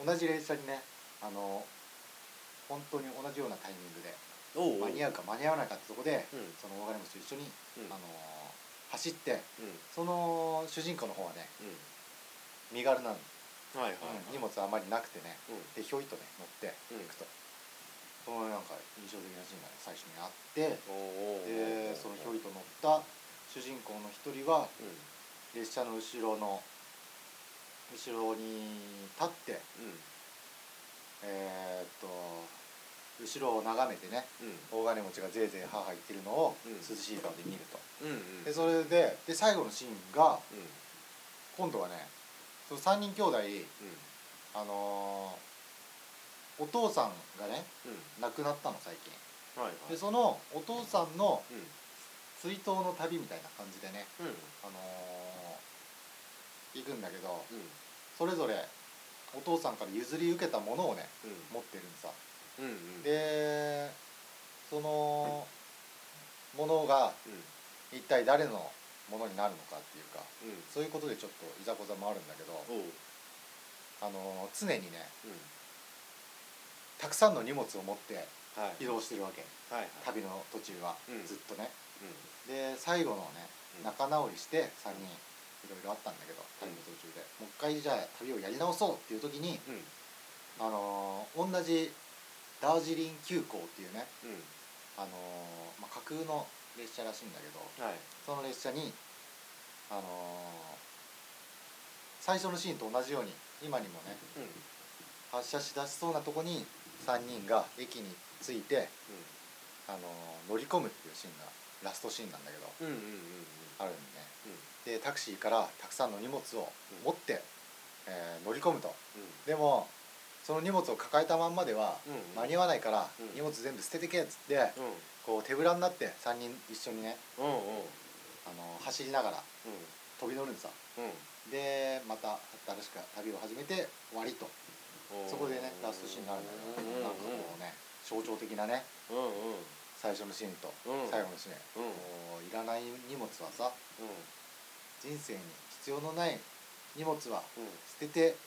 C: 同じ列車にねあの本当に同じようなタイミングで
B: おうお
C: 間
B: う
C: に合うか間に合わないかってとこで、
B: うん
C: その大金持ちと一緒に、
B: うん
C: あの走って
B: うん
C: その主人公の方はね
B: う
C: 身軽なの、
B: んはいはいはい
C: 荷物あまりなくてね
B: うん
C: でひょいとね乗ってい
B: うん
C: くと、そのなんか印象的なシーンがね最初にあって
B: おお
C: でそのひょりと乗った主人公の一人は
B: うん
C: 列車の後ろの後ろに立って
B: う
C: えーっと後ろを眺めてね
B: ん
C: 大金持ちがぜいぜいハーハー言ってるのを
B: うん
C: 涼しい顔で見ると、
B: うんうん
C: でそれでで最後のシーンが
B: うん
C: 今度はねその3人兄弟あのーお父さんがね
B: うん
C: 亡くなったの最近
B: うんはいは
C: で
B: い
C: そのお父さんの
B: うん
C: 追悼の旅みたいな感じでね、
B: うん
C: あのー行くんだけど
B: うん
C: それぞれお父さんから譲り受けたものをね
B: うん
C: 持ってるんさ
B: うんうん
C: でそのものが一体誰のものになるのかっていうか
B: うんうん
C: そういうことでちょっといざこざもあるんだけど、
B: おう
C: あのー常にね
B: うん
C: たくさんの荷物を持って
B: は
C: 移
B: い
C: 動してるわけ
B: はいはい
C: 旅の途中は
B: うん
C: ずっとね、
B: うん
C: で最後のね
B: うん
C: 仲直りして3人いろいろあったんだけど
B: うん
C: 旅の途中で、もう一回じゃあ旅をやり直そうっていう時に、
B: うん
C: あのー同じダージリン急行っていうね、
B: う
C: あのーまあ、架空の列車らしいんだけど
B: んはい
C: その列車に、あのー最初のシーンと同じように今にもね
B: うんうん
C: 発車しだしそうなとこに3人が駅に着いて、あのー乗り込むっていうシーンがラストシーンなんだけど
B: うんうんうん
C: あるんでねでタクシーからたくさんの荷物を持って、えー乗り込むとでもその荷物を抱えたまんまでは
B: うんうん
C: 間に合わないから、
B: うん
C: 荷物全部捨ててけっつって
B: うん
C: こう手ぶらになって3人一緒にね、
B: うんうんうん
C: あの走りながら
B: うん
C: 飛び乗るんさ
B: うん
C: でまた新しく旅を始めて終わりと
B: おう
C: そこでねラストシーンがあるんだけどなんかもうね象徴的なね
B: うんうんうん
C: 最初のシーンと
B: うん
C: 最後のシーン、
B: う
C: こう
B: ん
C: いらない荷物はさ人生に必要のない荷物は
B: うん
C: 捨てて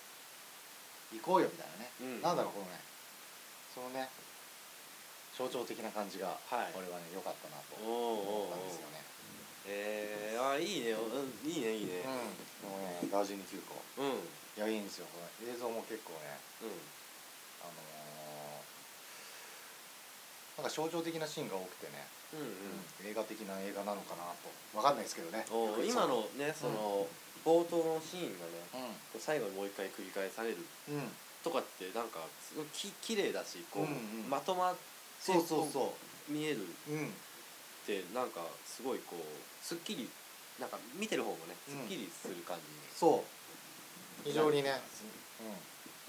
C: いこうよみたいなね、
B: うん
C: なんだろうこのねそのね象徴的な感じが
B: はい
C: 俺はね良かったなと
B: おうおうお
C: 思っ
B: う
C: たんですよね、
B: えーあーいいねうんいいねいいね
C: うんもうねダージリン急行
B: うんうん
C: いやいいんですよこれ映像も結構ねあのーなんか象徴的なシーンが多くてね、
B: うんうん
C: 映画的な映画なのかなとわかんないですけどね
B: おう今のねその冒頭のシーンが
C: う
B: ねこう最後にもう一回繰り返される
C: ん、うん、
B: とかってなんかすごいき綺麗だしこう、
C: うんうん
B: まとまって
C: そうそうそ
B: 見えるっ
C: ううん
B: てなんかすごいこうすっきりなんか見てる方もね
C: う
B: す
C: ん
B: っきりする感じ
C: そう非常にね、
B: する
C: う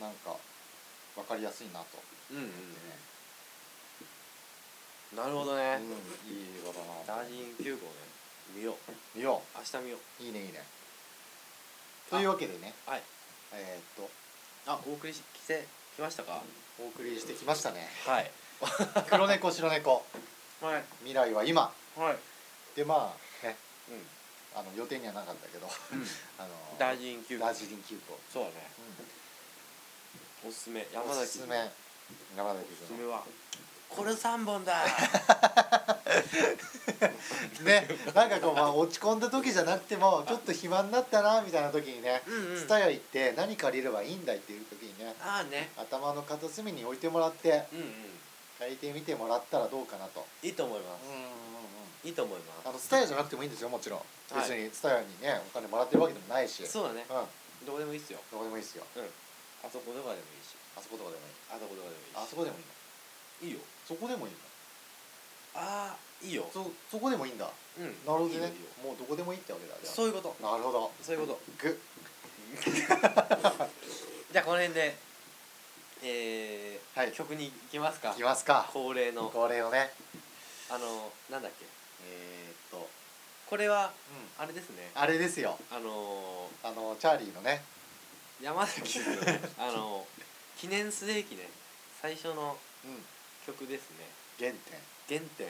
C: ん、なんかわかりやすいなと
B: うんうん
C: 思ってね、
B: なるほどね、
C: うん、いい映画だな
B: ダージリン9号ね見よう
C: 見よ
B: 明日見よ
C: ういいねいいね
B: あ
C: というわけでね
B: うはい
C: えーっ
B: あお送りしてきましたか
C: とお送りしてきましたね
B: はい
C: 黒猫白猫
B: はい
C: 未来は今
B: はい
C: でまあね
B: う
C: あの予定にはなかったけど
B: ん、
C: あの
B: ダージリン9号
C: ダージリン急行、
B: そうだねおすすめ山
C: お
B: 崎
C: すすめ山崎
B: おすすめはこれ三本だ
C: 君ねなんかこう、まあ、落ち込んだ時じゃなくてもちょっと暇になったなみたいな時にね
B: うんうん
C: 蔦屋行って何借りればいいんだいっていう時にね
B: ああね
C: 頭の片隅に置いてもらって
B: うんうん
C: 借りてみてもらったらどうかなと
B: いいと思います、いいと思いま
C: あの蔦屋じゃなくてもいいんですよもちろん、
B: い
C: 別に蔦屋にねお金もらってるわけでもないし
B: すそうだね
C: うん
B: どこでもいいっすよ
C: どこでもいいですよ
B: うんあそこどかでもいいし
C: あそことかでもいい
B: あそこどかでもいい
C: あ
B: し
C: そこでもいいのそこでもい
B: いいよ
C: いの
B: ああいいよ
C: そそこでもいいんだ
B: うんなる
C: なるほどね
B: いいよいいよ
C: もうどこでもいいってわけだじゃあ
B: そういうこと
C: なるほど
B: そういうこと
C: グッ
B: じゃあこの辺でえー
C: はい
B: 曲に行きますか
C: いきますか
B: 恒例の
C: これをね
B: あのなんだっけ
C: えー、っと、うん、
B: これはあれですね
C: あれですよ
B: あのー
C: あのチャーリーのね
B: 山崎 君のねあの記念すべきね最初の
C: うん
B: 曲ですね
C: 原点、
B: 原点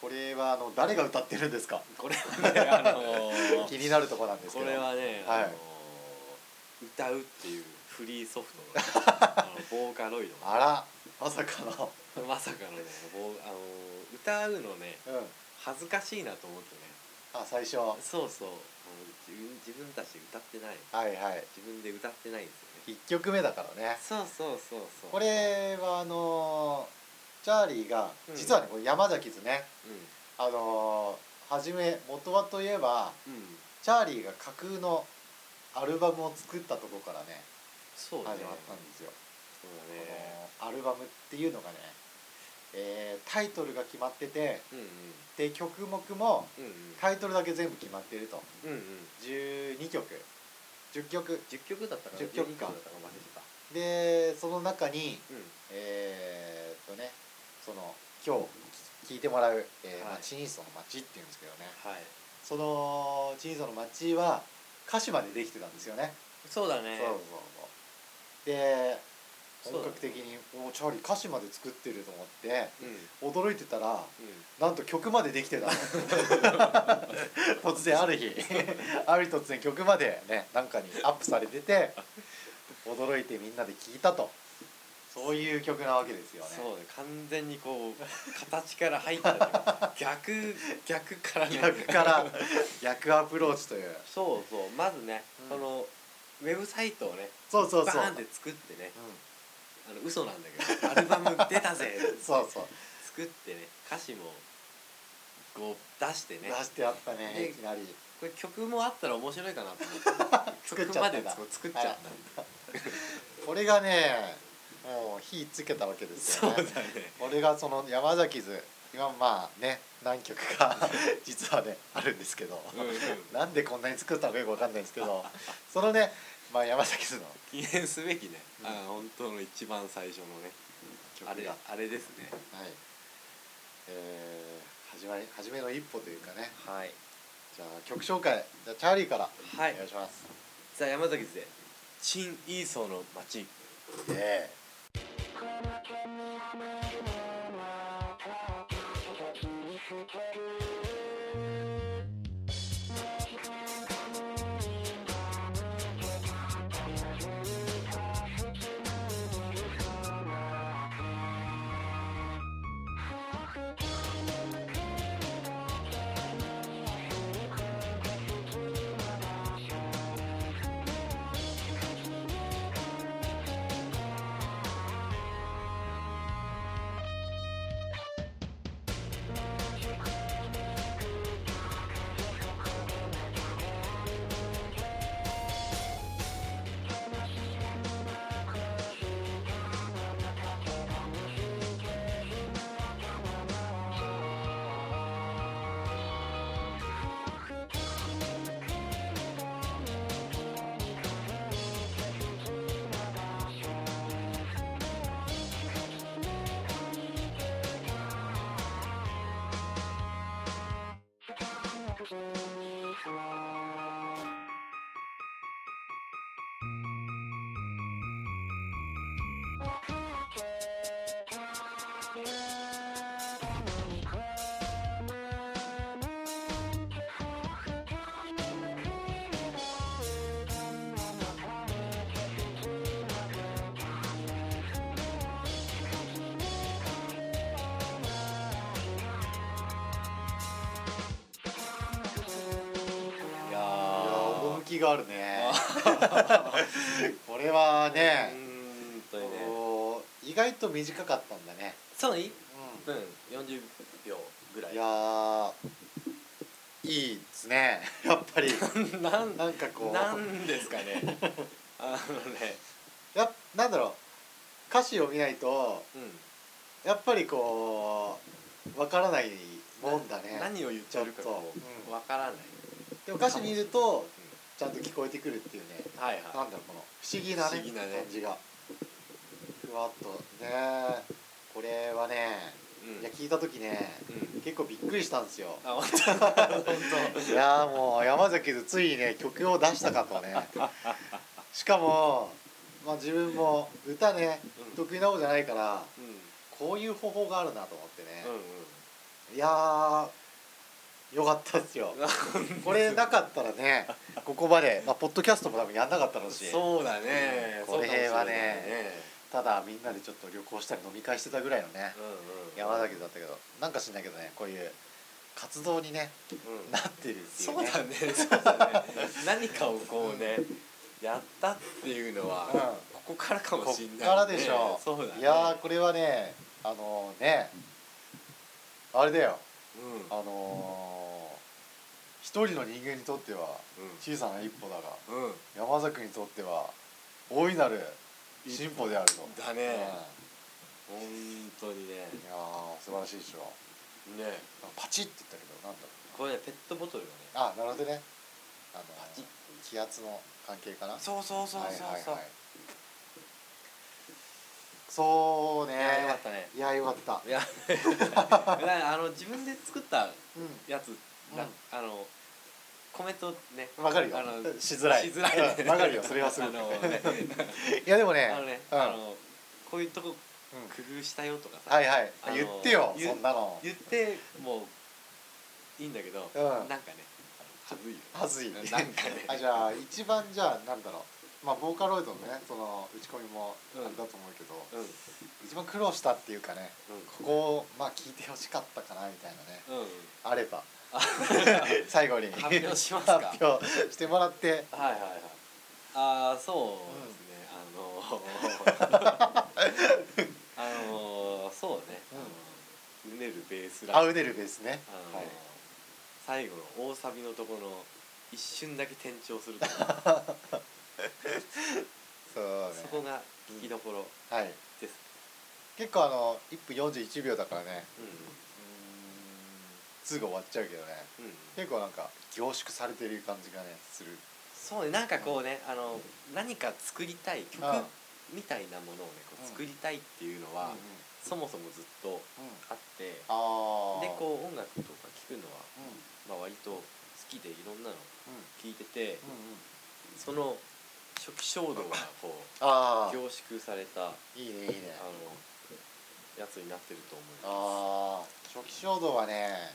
C: これはあの誰が歌ってるんですか
B: これはねあのー
C: 気になるとこなん ですけ
B: こ
C: ど
B: れはね、
C: はい
B: あの歌うっていうフリーソフト のあのボーカロイド
C: あらまさかの
B: のまさかのねボーあの歌うのね
C: うん
B: 恥ずかしいなと思ってね
C: あ最初は
B: そうそうあの自分自分たちで歌ってない
C: いはい
B: 自分で歌ってないんですよね
C: 1曲目だからね
B: そうそうそうそう
C: これはあのーチャーリーが
B: うん
C: 実はねこれ山崎図ね
B: う
C: あのー初め元はといえば
B: ん、うん、
C: チャーリーが架空のアルバムを作ったとこからね
B: そう
C: 始
B: だ
C: ま
B: ね
C: ったんですよ、
B: そうだね
C: このアルバムっていうのがね、えータイトルが決まってて
B: うんうん
C: で曲目も
B: うんうん
C: タイトルだけ全部決まってると
B: うんうん
C: 12曲10曲
B: 10曲だったかな
C: 10曲か
B: 12だったか忘れてた
C: でその中に
B: うん
C: えーっとねその今日聞いてもらう、えーまあ
B: はい
C: チニーソの街っていうんですけどね
B: はい
C: そのチニーソの街は歌詞までできてたんですよね、
B: そうだね
C: そうそうそうで
B: そうだ
C: 本
B: ね
C: 格的に「おーチャーリー歌詞まで作ってる」と思って
B: うんうん
C: 驚いてたらなんと曲までできてた突然ある日ある日突然曲までねなんかにアップされてて驚いてみんなで聴いたとそういう曲なわけですよね
B: そうね完全にこう形から入ったね逆 逆からね
C: 逆から逆アプローチという
B: そうそうまずね、
C: うん
B: そのウェブサイトをね
C: そうそうそう
B: バーンって作ってねあの嘘なんだけどアルバム出たぜ
C: うん、そうそう
B: 作ってね歌詞もこう出してね
C: 出してあったね
B: ね
C: いきなり
B: これ曲もあったら面白いかなと思って
C: 作っち
B: 曲
C: ゃ
B: ま
C: った
B: で
C: んだ
B: そう作っちゃった、
C: はいこれがねもう火つけたわけです
B: そう
C: よ
B: だ
C: ね
B: ね
C: 俺がその山崎図今まあね何曲か実はねあるんですけど
B: うんうん
C: なんでこんなに作ったのかよくわかんないんですけ どそのね、まあ、山崎図の
B: 記念すべきね、
C: うん
B: あの本当の一番最初のね
C: 曲が
B: あれ
C: はい
B: あれですね
C: えー始まり始めの一歩というかね
B: はい
C: じゃあ曲紹介じゃあチャーリーから
B: は
C: お
B: い
C: 願いします、
B: じゃあ山崎ですねチン・イーソーの街
C: ええ
B: いや
C: いや
B: ー
C: 趣がある ねこれは
B: う
C: ね
B: ーんとね
C: こう意外と短かったんだね、
B: そう1分40秒ぐらい
C: いやーいいですねやっ ぱり
B: なん
C: なんかこう
B: なんですか ねあのね
C: やっなんだろう歌詞を見ないと
B: う
C: やっぱりこうわからないもんだね
B: ん何を言っちゃうかこ
C: ちょっ
B: う
C: と
B: わからない
C: でも歌詞見るとちゃんと聞こえてくるっていうね
B: はい
C: な
B: は
C: んだろうこの不思議なね
B: 不思議なね
C: 感じがふわっとねこれはね
B: いうん
C: いや聞いた時ね
B: うん
C: 結構びっくりしたんですよ
B: あ本当本
C: いやーもう山崎でついにね曲を出したか とねしかも、まあ、自分も歌ね
B: うん
C: 得意な方じゃないから
B: 当うん
C: こういう方法があるなと思ってね
B: うん、
C: いやーよかったっすよ
B: うん
C: これなかったらねここまで、まあ、ポッドキャストも多分やんなかったろうし
B: そうだね
C: これはね
B: そうかもしれない
C: ただみんなでちょっと旅行したり飲み会してたぐらいのね
B: うんうん
C: 山崎だったけどなんか知んないけどねこういう活動にね
B: うん
C: なってるっていう
B: そう
C: ね
B: だねそうだね何かをこうねやったっていうのは、
C: うん
B: ここからかもしんない、ね、
C: からでしょ
B: そうだ、ね、
C: いやーこれはねあのねあれだよ
B: うん
C: あのー一人の人間にとっては小さな一歩だが
B: うん、うん、
C: 山崎にとっては大いなる進歩であると、
B: だ
C: うんい
B: ね
C: や、
B: 本当にね
C: ー素晴らしいでしょ
B: ね
C: パチって言ったけどなんだろ
B: これねペットボトルをね
C: うあなるほどねあの
B: パチッ
C: 気圧の関係かな
B: そうそうそうそうそう、
C: はいはいはいそうね
B: いやよかったね
C: いやよかった
B: いや あの自分で作った
C: う
B: やつ、な
C: うん
B: あのコメントね
C: んわかるよ
B: あの
C: しづらい
B: しづらいね
C: うんわかるよそれ はす
B: あ
C: ご
B: の
C: く
B: ね
C: いやでもね
B: あのね、
C: うん
B: あのこういうとこ
C: うん
B: 工夫したよとかさ、
C: はいはい
B: あの
C: 言ってよ
B: 言う
C: そんなの
B: 言ってもいいんだけど、
C: うん
B: なんかねはずいよ
C: はずい
B: なんかね
C: あじゃあ一番じゃあなんだろうまあボーカロイドのねその打ち込みもあ
B: うん
C: れだと思うけど、
B: うん
C: 一番苦労したっていうかね
B: う
C: ここをまあ聞いてほしかったかなみたいなね
B: んうん
C: あれ ば最後に
B: 発表しますか
C: 発表してもらって
B: はいはいはいああそうですね、あの あのそうね、うねるベースラ
C: ア
B: イン
C: ウネルベースね
B: あの、
C: はい
B: 最後の大サビのところの一瞬だけ転調するとこ ろ
C: そう
B: そこ
C: ね
B: が聞きどころ
C: はい
B: です、
C: 結構あの1分41秒だからね
B: うん
C: うーんすぐ終わっちゃうけどね
B: うんうん、
C: 結構なんか凝縮されてる感じがねする
B: そうねなんかこうね、あの何か作りたい曲
C: うん
B: みたいなものをねこ
C: うん
B: う作りたいっていうのは、
C: うんうん
B: そもそもずっと
C: うん
B: あってで
C: あー
B: こう音楽とか聴くのは、
C: うん
B: まあ、割と好きでいろん
C: う
B: なの
C: ん
B: 聴いてて、
C: うんうん
B: その初期衝動がこ
C: あ
B: う凝縮されたあの
C: あいいねいいね
B: やつになってると思います。
C: ああ初期衝動はね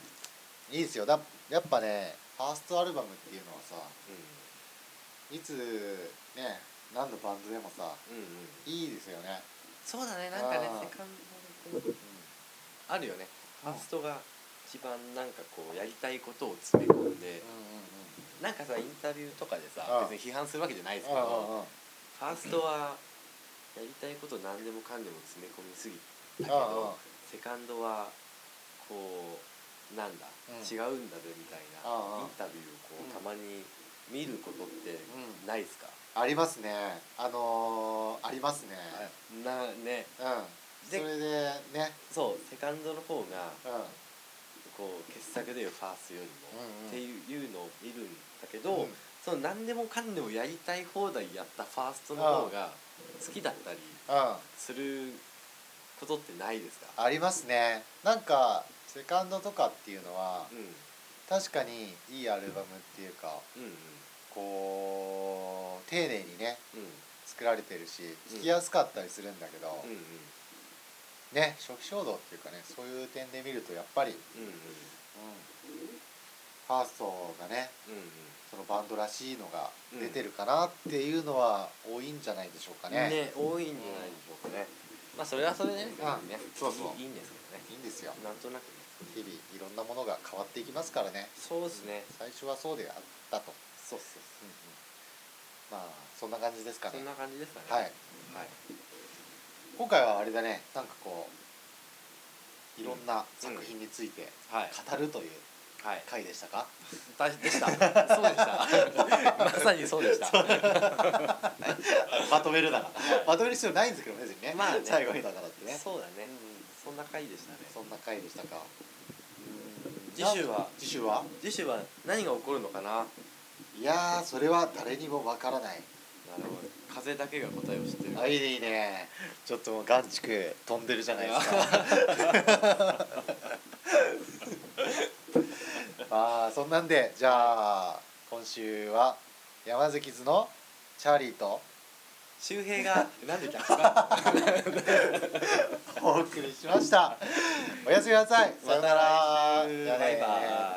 C: いいですよだやっぱねファーストアルバムっていうのはさ
B: う
C: いつね何のバンドでもさ
B: んうんうん、
C: いいですよね、
B: そうだねなんかね
C: あー
B: セカンドでこうあるよねファーストが一番なんかこうやりたいことを詰め込んで
C: うん、
B: なんかさインタビューとかでさ
C: あー
B: 別に批判するわけじゃないですけ
C: うんうんうん
B: どファーストはやりたいこと何でもかんでも詰め込みすぎたけ
C: あ
B: どセカンドはこうなんだ、
C: うん
B: 違うんだぜみたい
C: あー
B: なインタビューをこ
C: うん
B: うたまに見ることって
C: うん
B: ないですか、
C: ありますねあのー、ありますね、
B: なね
C: うんそ
B: で
C: れでね、
B: そうセカンドの方が
C: うん、
B: こう傑作だよファーストよりも、
C: うんうん
B: っていういうのを見るんだけど、
C: うん
B: その何でもかんでもやりたい放題やったファーストの方が好きだったり
C: うん
B: することってないですか
C: ありますねなんかセカンドとかっていうのは
B: うんうん
C: 確かにいいアルバムっていうか
B: うん
C: こう丁寧にね
B: うん
C: 作られてるし
B: うん
C: 聴きやすかったりするんだけど、
B: うんうん
C: ね初期衝動っていうかねそういう点で見るとやっぱり、うん、
B: うんうん
C: ファーストがね
B: うんうん
C: そのバンドらしいのが出てるかなっていうのは多いんじゃないでしょうかね。
B: ね多いんじゃないでしょうかねまあそれはそれでね
C: うん
B: ね
C: そうそう
B: いいいいんですけどね
C: いいんですよ
B: なんとなくね
C: 日々いろんなものが変わっていきますからね
B: そうですね
C: 最初はそうであったと、
B: そうそう
C: うんうんまあそんな感じですか
B: そう
C: ね
B: そんな感じですかね
C: はい
B: はい
C: 今回はあれだねなんかこういろんな作品について
B: はい
C: 語るという
B: はい
C: 回でしたか、
B: 大でした。そうでした。まさにそうでした。
C: まとめるなら まとめる必要ないんですけどね別にね,、
B: まあね
C: 最後にだからってね
B: そうだね
C: うん。
B: そんな回でしたね。
C: そんな回でしたか
B: 次週は
C: 次週は
B: 次週は何が起こるのかな。なる
C: いやーそれは誰にもわからない
B: ほど。風だけが答えを知ってる。
C: あいいねいいねちょっともう眼畜飛んでるじゃないですか まあそんなんでじゃあ今週は山崎図のチャーリーと
B: 周平がなんで逆か。
C: お送りしましたおやすみなさいさようなら
B: また来週
C: じゃあね
B: バイバイ